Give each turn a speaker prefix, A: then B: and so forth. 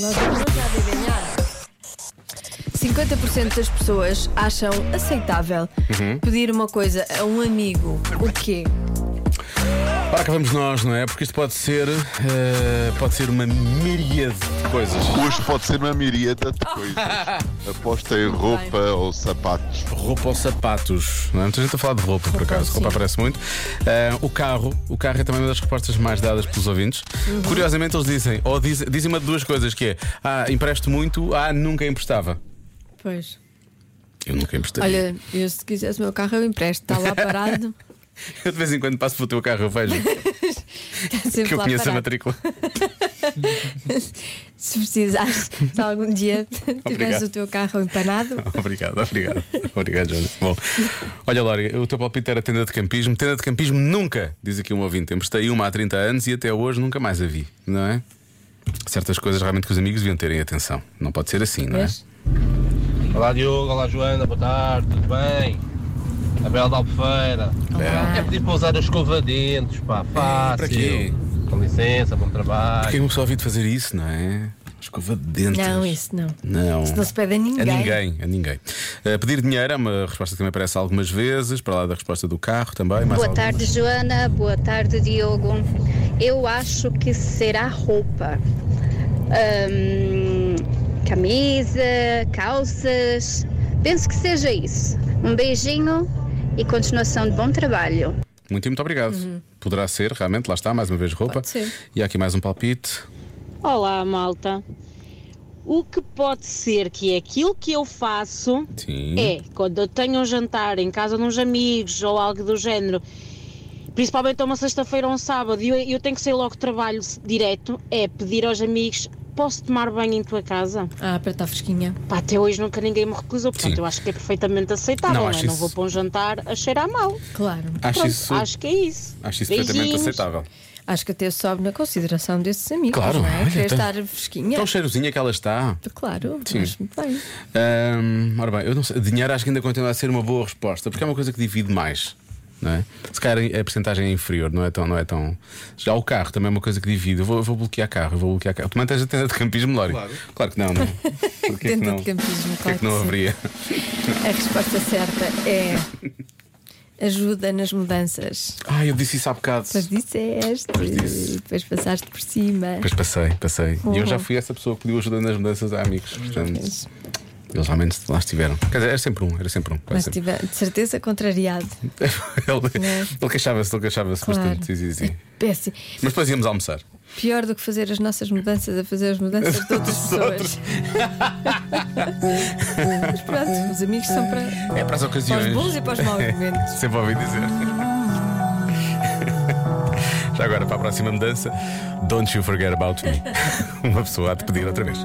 A: Nós vamos adivinhar. 50% das pessoas acham aceitável
B: Uhum.
A: pedir uma coisa a um amigo. O quê?
B: Ora, cá vamos nós, não é? Porque isto pode ser. eh, pode ser uma miríade de coisas.
C: Hoje pode ser uma miríada de coisas. Aposta em roupa ou sapatos.
B: Roupa ou sapatos? Não é? Muita gente a falar de roupa, por acaso. Roupa aparece muito. Ah, o carro. O carro é também uma das respostas mais dadas pelos ouvintes. Curiosamente, eles dizem, ou dizem, dizem uma de duas coisas: que é, ah, empresto muito, ah, nunca emprestava.
A: Pois.
B: Eu nunca emprestaria.
A: Olha, eu se quisesse o meu carro eu empresto. Está lá parado.
B: Eu de vez em quando passo pelo teu carro, eu vejo
A: Está sempre
B: que eu
A: lá
B: conheço a
A: parado.
B: matrícula.
A: Se precisares, se algum dia tiveres
B: Obrigado. Ah,
A: o teu carro empanado,
B: Obrigado, obrigado. Obrigado, Jonas. Bom, olha, Lória, o teu palpite era tenda de campismo. Tenda de campismo nunca, diz aqui um ouvinte. Emprestei uma há 30 anos e até hoje nunca mais a vi, não é? Certas coisas realmente que os amigos deviam terem atenção. Não pode ser assim, não é?
A: vês?
D: Olá Diogo, olá Joana, boa tarde, tudo bem? A Bela da Albufeira. É pedir para usar a escova de dentes, pá, fácil.
B: para quê?
D: Com licença, bom
B: Porque é
D: trabalho.
B: eu só ouvi de fazer isso, não é? Escova de dentes.
A: Não, isso não.
B: Não.
A: Isso não se pede a
B: A
A: ninguém.
B: ninguém, a ninguém. Eh, pedir dinheiro é uma resposta que também aparece algumas vezes, para lá da resposta do carro também. mais
E: Boa
B: algumas.
E: tarde, Joana. Boa tarde, Diogo. Eu acho que será roupa. Ahn, camisa, calças. Penso que seja isso. Um beijinho e continuação de bom trabalho.
B: Muito e muito obrigado. Poderá ser, realmente, lá está, mais uma vez roupa.
A: Uhum. Pode ser.
B: E há aqui mais um palpite.
F: Olá, malta. O que pode ser que é aquilo que eu faço
B: Sim.
F: é quando eu tenho um jantar em casa de uns amigos ou algo do género, principalmente a uma sexta-feira ou um sábado, e eu, eu tenho que sair logo de trabalho s- direto, é pedir aos amigos. Posso tomar banho em tua casa?
A: Ah, para estar fresquinha.
F: Pá, até hoje nunca ninguém me recusou, portanto
B: Sim.
F: eu acho que é perfeitamente aceitável.
B: Não,
F: Não, é?
B: acho
F: não
B: isso-
F: vou para um jantar a cheirar mal.
A: Claro.
B: Acho
F: Pronto,
B: isso,
F: acho que é isso.
B: acho isso perfeitamente
F: Beijinhos.
B: aceitável.
A: Acho que até sobe na consideração desses amigos.
B: Claro,
A: não é?
B: olha,
A: Querer
B: tão-
A: estar fresquinha.
B: Tão cheirosinha que ela está.
A: Claro,
B: Sim.
A: acho muito bem.
B: Ahm, ora bem, eu não sei, dinheiro acho que ainda continua a ser uma boa resposta, porque é uma coisa que divide mais. Não é? Se calhar a porcentagem é inferior, não é, tão, não é tão. Já o carro também é uma coisa que divide. Eu vou, eu vou bloquear carro, eu vou bloquear carro. Tu mantens a tenda de campismo, Lório? Claro. que não, não. Porquê
A: Tenda
B: que não?
A: de campismo,
B: Porquê
A: claro
B: que não
A: que sim.
B: haveria?
A: A resposta certa é ajuda nas mudanças.
B: Ah, eu disse isso há bocado.
A: Depois disseste,
B: disse.
A: depois passaste por cima.
B: Pois passei, passei. E eu já
A: Uhum.
B: fui essa pessoa que pediu ajuda nas mudanças a amigos. Portanto, eles realmente lá estiveram. Quer dizer, era sempre um, era sempre um. quase
A: Mas
B: sempre.
A: tive de certeza contrariado.
B: ele,
A: Né?
B: ele queixava-se, ele queixava-se
A: Claro.
B: bastante. Sim, sim, sim.
A: Péssimo.
B: Mas depois íamos almoçar.
A: Pior do que fazer as nossas mudanças a fazer as mudanças de outras pessoas. Mas pronto, os amigos são para,
B: É para as
A: para os
B: ocasiões.
A: bons e para os maus momentos.
B: Sempre ouvi dizer. Já agora, para a próxima mudança, don't you forget about me. Uma pessoa a te pedir outra vez.